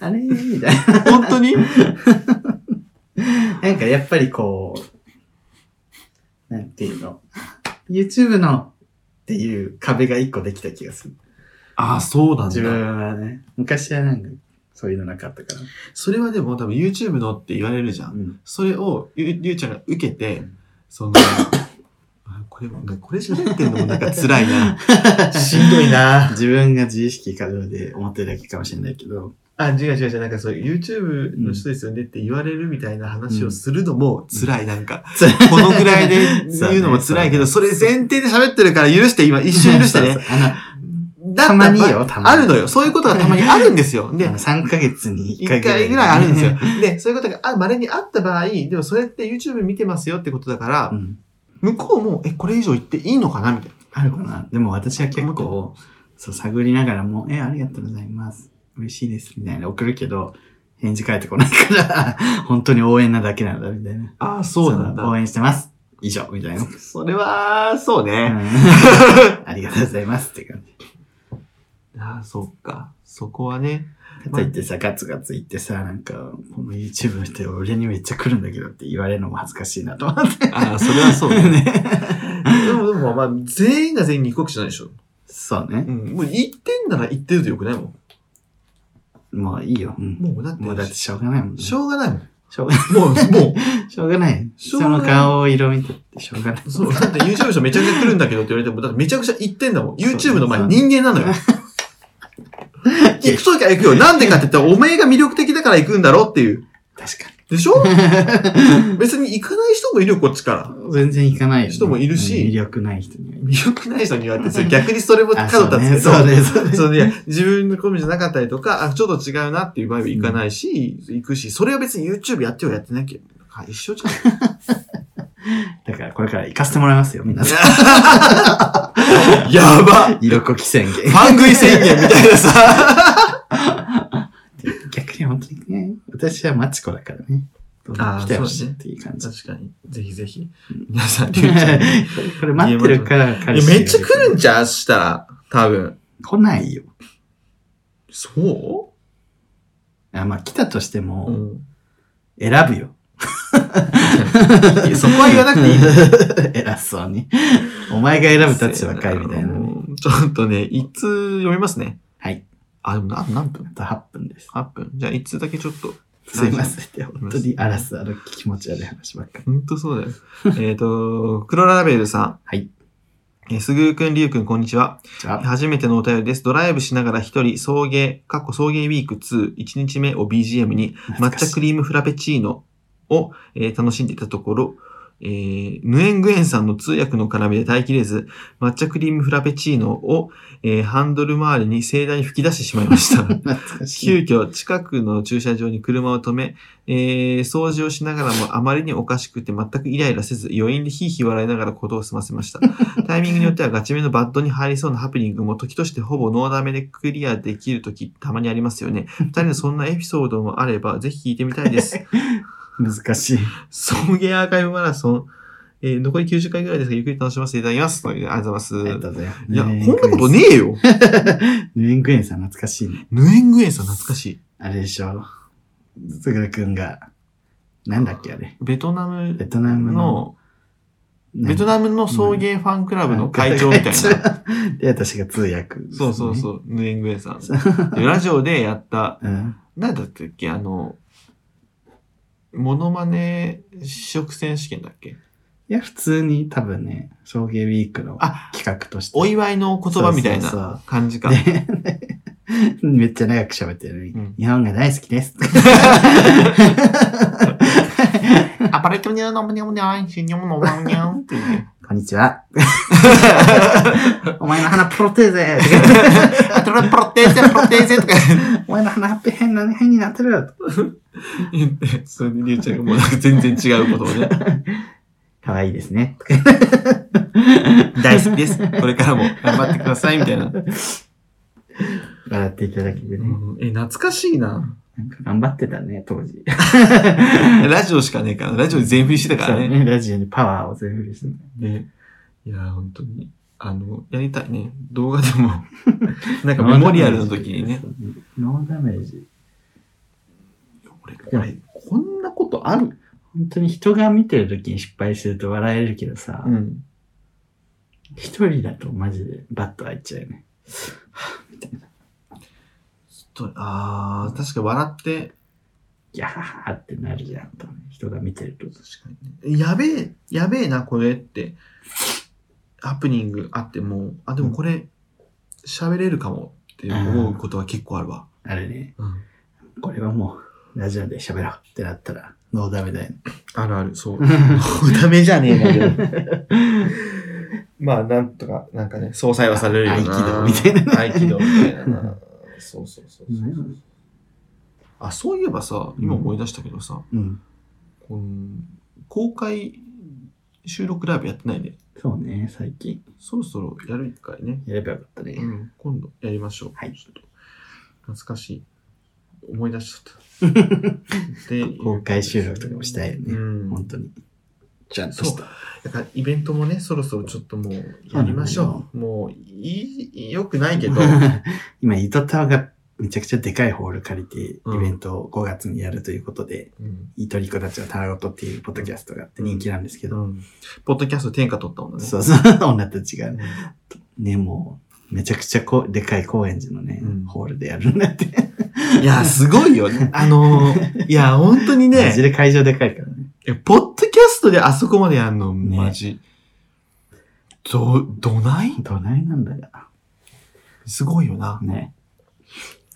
[SPEAKER 2] あれみたいな。
[SPEAKER 1] 本当 に
[SPEAKER 2] なんかやっぱりこう、なんていうの。YouTube のっていう壁が一個できた気がする。
[SPEAKER 1] ああ、そうなん
[SPEAKER 2] 自
[SPEAKER 1] だ。
[SPEAKER 2] 分はね、昔はなんかそういうのなかったか
[SPEAKER 1] それはでも多分 YouTube のって言われるじゃ
[SPEAKER 2] ら。
[SPEAKER 1] ん。
[SPEAKER 2] うん。
[SPEAKER 1] それを、ゆ、ゆうちゃんが受けて、その、あこれ、これ喋ってんのもなんか辛いな。しんどい
[SPEAKER 2] な。 自分が自意識過剰で思ってるだけかもしれないけど。
[SPEAKER 1] あ、違う違う違う。なんかそう、YouTube の人ですよねって言われるみたいな話をするのも辛い。なんか、 このぐらいで言うのも辛いけ ど、それ前提で喋ってるから許して、今一瞬許してね
[SPEAKER 2] そう。そうあ
[SPEAKER 1] だ
[SPEAKER 2] たまによたま
[SPEAKER 1] あ
[SPEAKER 2] に
[SPEAKER 1] るのよ。そういうことがたまにあるん ですよ。
[SPEAKER 2] の、
[SPEAKER 1] で
[SPEAKER 2] あ、の3ヶ月に
[SPEAKER 1] 一
[SPEAKER 2] 1
[SPEAKER 1] 回
[SPEAKER 2] 回ぐらい。
[SPEAKER 1] ぐらいあるんです よ。で、そういうことがあ稀にあった場合、でもそれって YouTube 見てますよってことだから
[SPEAKER 2] う、ん。
[SPEAKER 1] 向こうも、え、これ以上言っていいのかなみたい
[SPEAKER 2] あるかな。でも私は結構、そう、探りながらも、え、ありがとうございます。嬉しいです。みたいな送るけど、返事返ってこないから、 本当に応援なだけなんだ、みたいな。
[SPEAKER 1] な。ああ、
[SPEAKER 2] の応援してます。以上、みたいな。
[SPEAKER 1] それは、そう
[SPEAKER 2] う
[SPEAKER 1] ね。
[SPEAKER 2] ん ありがとうございますって感じ。
[SPEAKER 1] ああ、そっか。そこはね。
[SPEAKER 2] かといってさ、ガツガツ言ってさ、なんか、この YouTube の人俺にめっちゃ来るんだけどって言われるのも恥ずかしいなと思って。
[SPEAKER 1] ああ、それはそうね。
[SPEAKER 2] ね。
[SPEAKER 1] でも、でも、まあ、全員が全員に告知じゃないでしょ。
[SPEAKER 2] そう
[SPEAKER 1] う
[SPEAKER 2] ね。
[SPEAKER 1] ん。もう言ってんなら言ってるとよくないもん。
[SPEAKER 2] もういいよ。うん
[SPEAKER 1] もうだって、
[SPEAKER 2] もうだってしょうがないもんね。
[SPEAKER 1] しょうがないもん。
[SPEAKER 2] しょうが
[SPEAKER 1] もう、も
[SPEAKER 2] しょうがない。
[SPEAKER 1] しょうが
[SPEAKER 2] そ
[SPEAKER 1] ない
[SPEAKER 2] の顔を色見てってしょうがない。
[SPEAKER 1] う、そう、だって YouTube の人めちゃくちゃ来るんだけどって言われても、だってめちゃくちゃ言ってんだもん。
[SPEAKER 2] そう
[SPEAKER 1] YouTube の前人間なのよ。行くときは行くよ。なんでかって言ったら、おめえが魅力的だから行くんだろっていう。
[SPEAKER 2] 確か
[SPEAKER 1] で しょ別に行かない人もいるよ、こっちから。
[SPEAKER 2] に。全然いかないよね、
[SPEAKER 1] 人もいるし
[SPEAKER 2] うん魅力ない人には。
[SPEAKER 1] 魅力ない人にはって、それ逆にそれも角立つけど。
[SPEAKER 2] あそうねそうね
[SPEAKER 1] そうね。自分の好みじゃなかったりとか、あ、ちょっと違うなっていう場合は行かないし、行くし、それは別に YouTube やってようやってなきゃ。あ一緒じゃん。
[SPEAKER 2] だからこれから行かせてもらいますよ、皆さん。
[SPEAKER 1] やば
[SPEAKER 2] 色こき宣 言。
[SPEAKER 1] ファン食い宣言みた いなさ。
[SPEAKER 2] 逆に本当にね、私はマチコだからね。どんどん来てほしいっていう感じ。
[SPEAKER 1] 確かに。ぜひぜひ。皆さん、りゅうちゃんに。い
[SPEAKER 2] これ待ってるから彼
[SPEAKER 1] や、
[SPEAKER 2] 氏が
[SPEAKER 1] めっちゃ来るんじゃんしたら。多分。
[SPEAKER 2] 来ないよ。
[SPEAKER 1] そ
[SPEAKER 2] あまあ来たとして
[SPEAKER 1] うう
[SPEAKER 2] も、
[SPEAKER 1] ん。
[SPEAKER 2] 選ぶよ。
[SPEAKER 1] いやそこは言わなくていい。
[SPEAKER 2] 偉そうに。お前が選ぶ立場かいみたいなね。
[SPEAKER 1] うんちょっとね、一通読みますね。
[SPEAKER 2] はい。
[SPEAKER 1] あ、でもな何分
[SPEAKER 2] あと8分です。
[SPEAKER 1] ?8 分。じゃあ一通だけちょっと。
[SPEAKER 2] すいません。本当にアラスある気持ち悪い話ばっかり。
[SPEAKER 1] ほんとそうだよ。 えっと、黒ラベルさん。
[SPEAKER 2] はい。
[SPEAKER 1] えー、すぐーくん、りゅうくん、こんにちは。
[SPEAKER 2] じゃあ、
[SPEAKER 1] 初めてのお便りです。ドライブしながら一人、送迎、かっこ送迎ウィーク2、1日目を BGM に、抹茶ク
[SPEAKER 2] リ
[SPEAKER 1] リームフラペチーノを、えー楽しんでいたところ、えーヌエングエンさんの通訳の絡みで耐えきれず、抹茶クリームフラペチーノを、えーハンドル周りに盛大に吹き出してしまいました。
[SPEAKER 2] 懐かし
[SPEAKER 1] 急
[SPEAKER 2] い。
[SPEAKER 1] 遽近くの駐車場に車を止め、えー掃除をしながらもあまりにおかしくて全くイライラせず余韻でヒーヒー笑いながら事を済ませま した。タイミングによってはガチめのバッドに入りそうなハプニングも時としてほぼノーダメでクリアできる時たまにありますよね。二人のそんなエピソードもあれ ばぜひ聞いてみたいです。
[SPEAKER 2] 難しい。
[SPEAKER 1] 送迎アーカイブマラソン、えー残り90回ぐらいですがゆっくり楽しませていただきます。というありがとうご
[SPEAKER 2] あ
[SPEAKER 1] ざ
[SPEAKER 2] り
[SPEAKER 1] い
[SPEAKER 2] が
[SPEAKER 1] ます。
[SPEAKER 2] とうございます。
[SPEAKER 1] いや、こんなことねえよ。
[SPEAKER 2] ヌエンクエンさん懐かしいね。
[SPEAKER 1] ヌエングエンさん懐かしい。
[SPEAKER 2] あれでしょ。つぐるくんが、なんだっけあれ。
[SPEAKER 1] ベトナム
[SPEAKER 2] ベトナムの
[SPEAKER 1] の、ベト
[SPEAKER 2] ム
[SPEAKER 1] ナムの送迎ファンクラブの会長みたいな。そ
[SPEAKER 2] な。 で、私が通訳、
[SPEAKER 1] うそう
[SPEAKER 2] う。
[SPEAKER 1] そう、ヌエングエさん。でラジオでやった、
[SPEAKER 2] うん。
[SPEAKER 1] なんだったっけ、あの、モノマネ試食選手権だっけ
[SPEAKER 2] いや、普通に多分ね、送迎ウィークの
[SPEAKER 1] あ
[SPEAKER 2] 企画として。
[SPEAKER 1] お祝いの言葉みたい
[SPEAKER 2] そうそう
[SPEAKER 1] な
[SPEAKER 2] そ
[SPEAKER 1] 感じか。
[SPEAKER 2] でめっちゃ長く喋ってるのに、
[SPEAKER 1] うん
[SPEAKER 2] 日本が大好きです。
[SPEAKER 1] アパレットニャーノムニャムニャンシニャムノマンニャンっていう ね。
[SPEAKER 2] こんに ちは。お前の鼻プロテーゼ
[SPEAKER 1] あとはプロテーゼ、プロテーゼとか
[SPEAKER 2] お前の鼻変な変になってる
[SPEAKER 1] 言って、それでりゅうちゃんがもうなんか全然違うことをね。
[SPEAKER 2] 可愛いですね。
[SPEAKER 1] 大好きです。これからも頑張ってください、みたいな。
[SPEAKER 2] 笑っていただけてね。
[SPEAKER 1] え、懐かしいな。
[SPEAKER 2] なんか頑張ってたね、当時。
[SPEAKER 1] ラジオしかねえから、ラジオ全振りしてたから
[SPEAKER 2] そう
[SPEAKER 1] ね。
[SPEAKER 2] ね ラジオにパワーを全振りしてね
[SPEAKER 1] ねいやー、本当に。あの、やりたいね。動画で も。なんかメモリアルの時にね。。
[SPEAKER 2] ノーダメージ。
[SPEAKER 1] 俺、これ、こんなことある
[SPEAKER 2] 本当に人が見てる時に失敗すると笑えるけどさ、
[SPEAKER 1] ん。
[SPEAKER 2] 一、人だとマジでバッと開いちゃうよね。はぁみたいな。
[SPEAKER 1] とあー、確か笑って、
[SPEAKER 2] ギャーってなるじゃんと。人が見てると。
[SPEAKER 1] 確かにね。やべえ、やべえな、これって。ハプニングあっても、あ、でもこれ、喋れるかもって思うことは結構あるわ。
[SPEAKER 2] あれね、
[SPEAKER 1] うん
[SPEAKER 2] これはもう、ラジオで喋ろうってなったら、ノーダメだよ ね。
[SPEAKER 1] あるある、そう。 ダメじゃねえんだけど。まあ、なんとか、なんかね、相殺はされるよな。
[SPEAKER 2] 合気道みたいな
[SPEAKER 1] 合気道みたいなな。そうそうそうそうう。あ、そういえばさ、今思い出したけどさ、
[SPEAKER 2] うん。
[SPEAKER 1] この公開収録ライブやってないね。
[SPEAKER 2] そうね、最近。
[SPEAKER 1] そろそろやる一回ね。
[SPEAKER 2] やればよかったね。
[SPEAKER 1] うん、今度やりましょう。
[SPEAKER 2] はい
[SPEAKER 1] ちょっと懐かしい。思い出しちゃ った。で
[SPEAKER 2] 公開収録とかもしたいよね
[SPEAKER 1] うん。
[SPEAKER 2] 本当に。ちゃんとした。
[SPEAKER 1] だからイベントもね、そろそろちょっともうやりましょう。もういい、良くないけ ど。
[SPEAKER 2] 今、イトタワがめちゃくちゃでかいホール借りて、イベントを5月にやるということで、
[SPEAKER 1] うん
[SPEAKER 2] イトリコたちのタワごとっていうポッドキャストがあって人気なんですけど、
[SPEAKER 1] うんポッドキャスト天下取ったもんね。
[SPEAKER 2] そうそう、 女たちが
[SPEAKER 1] うん
[SPEAKER 2] ね、もう、めちゃくちゃこうでかい高円寺のね、
[SPEAKER 1] うん
[SPEAKER 2] ホールでやるんだって。
[SPEAKER 1] いや、すごいよね。あの ー、いや、本当に
[SPEAKER 2] マジ
[SPEAKER 1] ね、
[SPEAKER 2] で会場でかいからね。
[SPEAKER 1] えポッドキャストであそこまでやるの、
[SPEAKER 2] ね
[SPEAKER 1] マジ。ど、どない
[SPEAKER 2] どないなんだよ。
[SPEAKER 1] すごいよな。
[SPEAKER 2] ね。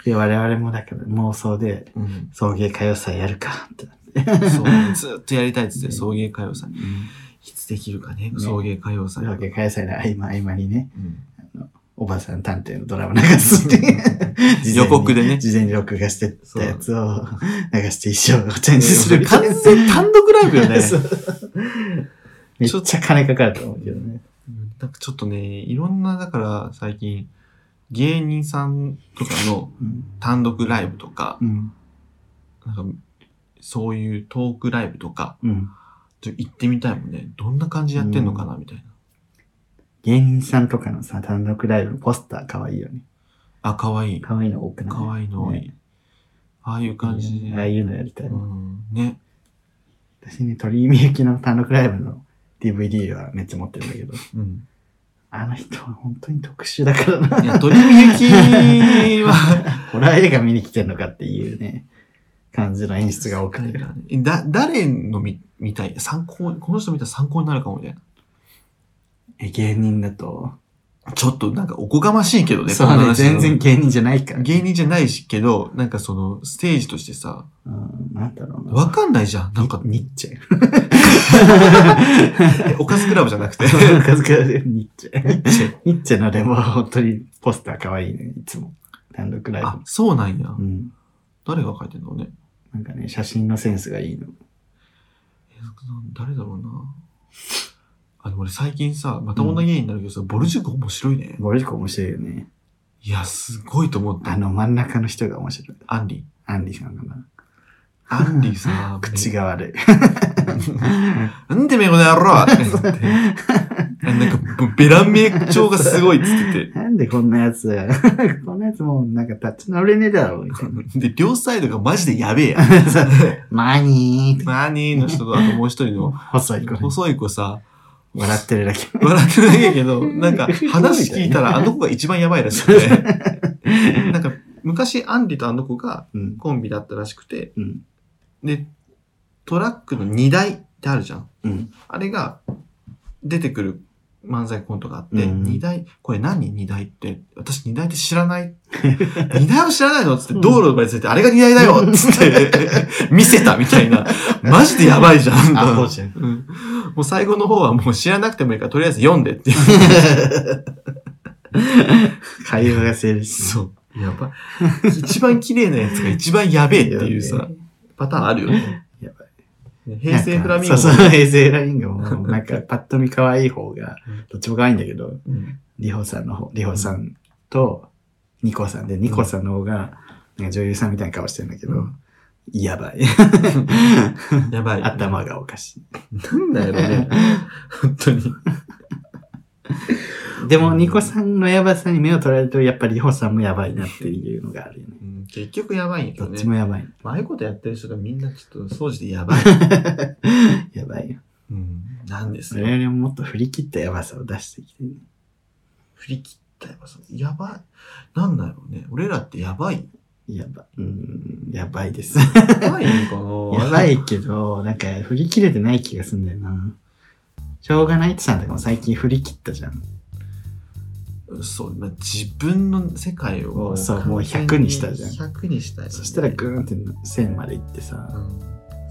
[SPEAKER 2] で、我々もだけど妄想で、
[SPEAKER 1] うん
[SPEAKER 2] 送迎歌謡祭やるかって。
[SPEAKER 1] そう、ずっとやりたいっつって、送迎歌謡祭。
[SPEAKER 2] 送
[SPEAKER 1] いつできるかね、
[SPEAKER 2] ね
[SPEAKER 1] 送迎歌謡祭。
[SPEAKER 2] 迎歌謡祭の合間合間にね、
[SPEAKER 1] うん
[SPEAKER 2] おばさん探偵のドラマ流すっていう事前に
[SPEAKER 1] 予告でね
[SPEAKER 2] 事前に録画してたやつを流して一生チェンジするみたい
[SPEAKER 1] 完
[SPEAKER 2] な。
[SPEAKER 1] 全単独ライブよ ね。
[SPEAKER 2] そうめっちゃ金かかると思うけどね。
[SPEAKER 1] なんかちょっとね、いろんな、だから最近、芸人さんとかの
[SPEAKER 2] うん。
[SPEAKER 1] 単独ライブとか、
[SPEAKER 2] うん。
[SPEAKER 1] なんかそういうトークライブとか、
[SPEAKER 2] うん。
[SPEAKER 1] ちょっと行ってみたいもんね。どんな感じでやってんのかな、みたいな。
[SPEAKER 2] 芸人さんとかのさ、単独ライブのポスター可愛いよね。
[SPEAKER 1] あ、かわいい。
[SPEAKER 2] 可愛いの多くない
[SPEAKER 1] かわいいの多い
[SPEAKER 2] ね
[SPEAKER 1] ああいう感じ
[SPEAKER 2] ああ
[SPEAKER 1] で。
[SPEAKER 2] いうのやりたい。
[SPEAKER 1] うん、ね。
[SPEAKER 2] 私ね、鳥居みゆきの単独ライブの DVD はめっちゃ持ってるんだけど、
[SPEAKER 1] うん。
[SPEAKER 2] あの人は本当に特殊だからな。
[SPEAKER 1] いや、鳥みゆきは、
[SPEAKER 2] ホラー映画見に来てんのかっていうね、感じの演出が多くて。
[SPEAKER 1] だ、誰の見、見たい参考、この人見たら参考になるかもみたいな。
[SPEAKER 2] え、芸人だと、
[SPEAKER 1] ちょっとなんかおこがましいけどね、
[SPEAKER 2] そ
[SPEAKER 1] この
[SPEAKER 2] うね、
[SPEAKER 1] 話
[SPEAKER 2] 全然。芸人じゃないから。
[SPEAKER 1] 芸人じゃないしけど、なんかその、ステージとしてさ、
[SPEAKER 2] うん、なんだろうな。
[SPEAKER 1] わかんないじゃん。なんか、
[SPEAKER 2] ニッチェ。
[SPEAKER 1] え おかずクラブじゃなくて。
[SPEAKER 2] 数々でニッチェ。ニッチェのでも本当にポスター可愛いね、いつも。単独ライブ
[SPEAKER 1] あ。、そうなんや。
[SPEAKER 2] うん。
[SPEAKER 1] 誰が書いてんのね。
[SPEAKER 2] なんかね、写真のセンスがいいの。
[SPEAKER 1] え誰だろうな。あの、俺最近さ、また女芸人になるけどさ、ボル塾面白いね。
[SPEAKER 2] ゴルジコ面白いよね。
[SPEAKER 1] いや、すごいと思った
[SPEAKER 2] あ。の真ん中の人が面白い。
[SPEAKER 1] アンリ
[SPEAKER 2] アンディさんかな。、
[SPEAKER 1] ー。アンリーさ
[SPEAKER 2] 口
[SPEAKER 1] が。
[SPEAKER 2] が悪い。
[SPEAKER 1] なんでめこの野郎って言って。なんか、ベラン名調がすごいっつってて。
[SPEAKER 2] なんでこんなやつ、 こんなやつもうなんか立ち直れねえだろ、み たいな。
[SPEAKER 1] で、両サイドがマジでやべえや。
[SPEAKER 2] マニーって
[SPEAKER 1] マーニーの人と、あともう一人 の、
[SPEAKER 2] 細い子。
[SPEAKER 1] 細い子さ、
[SPEAKER 2] 笑ってるだけ。
[SPEAKER 1] 笑ってないけど、なんか、話聞いたらあの子が一番やばいらしく て。なんか、昔、アンリとあの子が
[SPEAKER 2] うん。
[SPEAKER 1] コンビだったらしくて、
[SPEAKER 2] うん。
[SPEAKER 1] で、トラックの荷台ってあるじゃん。
[SPEAKER 2] うん。
[SPEAKER 1] あれが、出てくる漫才コントがあって、
[SPEAKER 2] うん
[SPEAKER 1] 荷台、これ何荷台って、私荷台って知ら ない。荷台を知らないのっつって、道路まで連れて、あれが荷台だよっつ って、見せたみたいな。マジでやばいじゃん。
[SPEAKER 2] アホじゃん
[SPEAKER 1] うんもう最後の方はもう知らなくてもいいから、とりあえず読んでっていう。
[SPEAKER 2] 会話が成立する。
[SPEAKER 1] う。やばい。一番綺麗なやつが一番やべえっていう
[SPEAKER 2] や
[SPEAKER 1] さ、パターンあるよね。
[SPEAKER 2] やば
[SPEAKER 1] い。平成フラミンゴ。
[SPEAKER 2] そうそう、平成フラミンゴも、なんかパッと見可愛い方が
[SPEAKER 1] うん、
[SPEAKER 2] どっちも可愛いんだけど、
[SPEAKER 1] うん
[SPEAKER 2] リホさんの方、リホさんとニコさんで、ニコさんの方が、なんか女優さんみたいな顔してるんだけど、
[SPEAKER 1] うん
[SPEAKER 2] やば い。
[SPEAKER 1] やばい。
[SPEAKER 2] 頭がおかし
[SPEAKER 1] なんだよね。 本当に。
[SPEAKER 2] い。でも、ニコさんのやばさに目を取られると、やっぱりリホさんもやばいなっていうのがあるよね。
[SPEAKER 1] うん結局やばいんやけ
[SPEAKER 2] ど
[SPEAKER 1] ど
[SPEAKER 2] っ
[SPEAKER 1] ね
[SPEAKER 2] ち。もやばい。
[SPEAKER 1] まあああいうことやってる人がみんなちょっと掃除でやばい。
[SPEAKER 2] やばいよ。
[SPEAKER 1] うんなんです
[SPEAKER 2] 我
[SPEAKER 1] よ。
[SPEAKER 2] 々ももっと振り切ったやばさを出してきて、ね、
[SPEAKER 1] 振り切ったやばさ。やばい。なんだろうね。俺らってやば い。
[SPEAKER 2] やば、うん、やばいです。
[SPEAKER 1] やばいのかな
[SPEAKER 2] やばいけど、なんか振り切れてない気がすんだよな。しょうがないってさんとかも最近振り切ったじゃん。
[SPEAKER 1] そう、まあ、自分の世界を
[SPEAKER 2] そうもう100
[SPEAKER 1] 完全
[SPEAKER 2] にしたじゃん
[SPEAKER 1] 100にしたい、
[SPEAKER 2] そしたらグーンって1000まで行ってさ
[SPEAKER 1] う、ん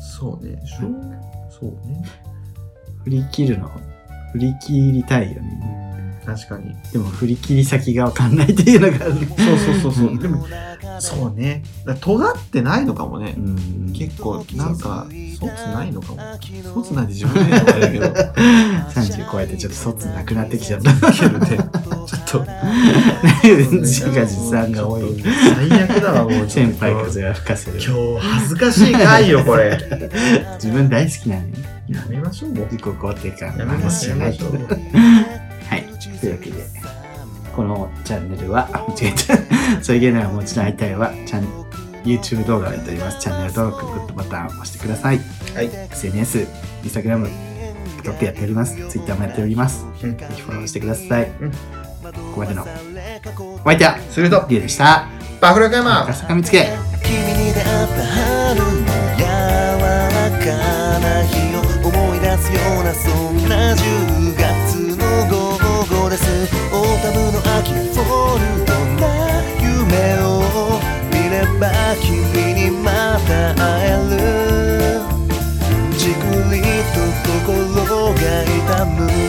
[SPEAKER 1] そうねしょうそうね
[SPEAKER 2] 振り切るの、振り切りたいよね。
[SPEAKER 1] 確かに
[SPEAKER 2] でも振り切り先がわかんないっていうのがあるね。
[SPEAKER 1] そうそうそうそうでも
[SPEAKER 3] そ
[SPEAKER 1] そううねだから尖ってないのかもね、
[SPEAKER 2] うん
[SPEAKER 1] 結構なんか卒ないのかも卒ないで自分で言うのもあれだ けど
[SPEAKER 2] 30超えてちょっと卒なくなってきちゃったけどね。ちょっと、自画自賛が多い。
[SPEAKER 1] 最悪だわもうちょっ
[SPEAKER 2] 先
[SPEAKER 1] と
[SPEAKER 2] 輩風が吹かせる。
[SPEAKER 1] 今日恥ずかしい回よこ れ
[SPEAKER 2] 自分大好きなのよ。
[SPEAKER 1] やめましょうもう
[SPEAKER 2] 自己肯定感
[SPEAKER 1] や
[SPEAKER 2] の
[SPEAKER 1] めま
[SPEAKER 2] 話
[SPEAKER 1] し
[SPEAKER 2] じ
[SPEAKER 1] ょ
[SPEAKER 2] ゃ
[SPEAKER 1] う
[SPEAKER 2] ない
[SPEAKER 1] や
[SPEAKER 2] と。
[SPEAKER 1] めましょう
[SPEAKER 2] はい。というわけで、このチャンネルは、あ、間違えた。そういう 芸能はもちろん会いたいは、チャン YouTube 動画をやっております。チャンネル登録、グッドボタンを押してください。
[SPEAKER 1] はい
[SPEAKER 2] SNS、Instagram、TikTok やっております。Twitter もやっております。
[SPEAKER 1] うん
[SPEAKER 2] ぜひフォローしてください。
[SPEAKER 1] うん
[SPEAKER 2] ここまでの。お相手は、
[SPEAKER 1] すると
[SPEAKER 2] リュウでした。
[SPEAKER 1] バフラカ山
[SPEAKER 2] 赤坂見つけ。
[SPEAKER 3] 君に出会った春の柔らかな日を思い出すようなそんな10月の午後ですオータムの秋フォルトな夢を見れば君にまた会えるじくりと心が痛む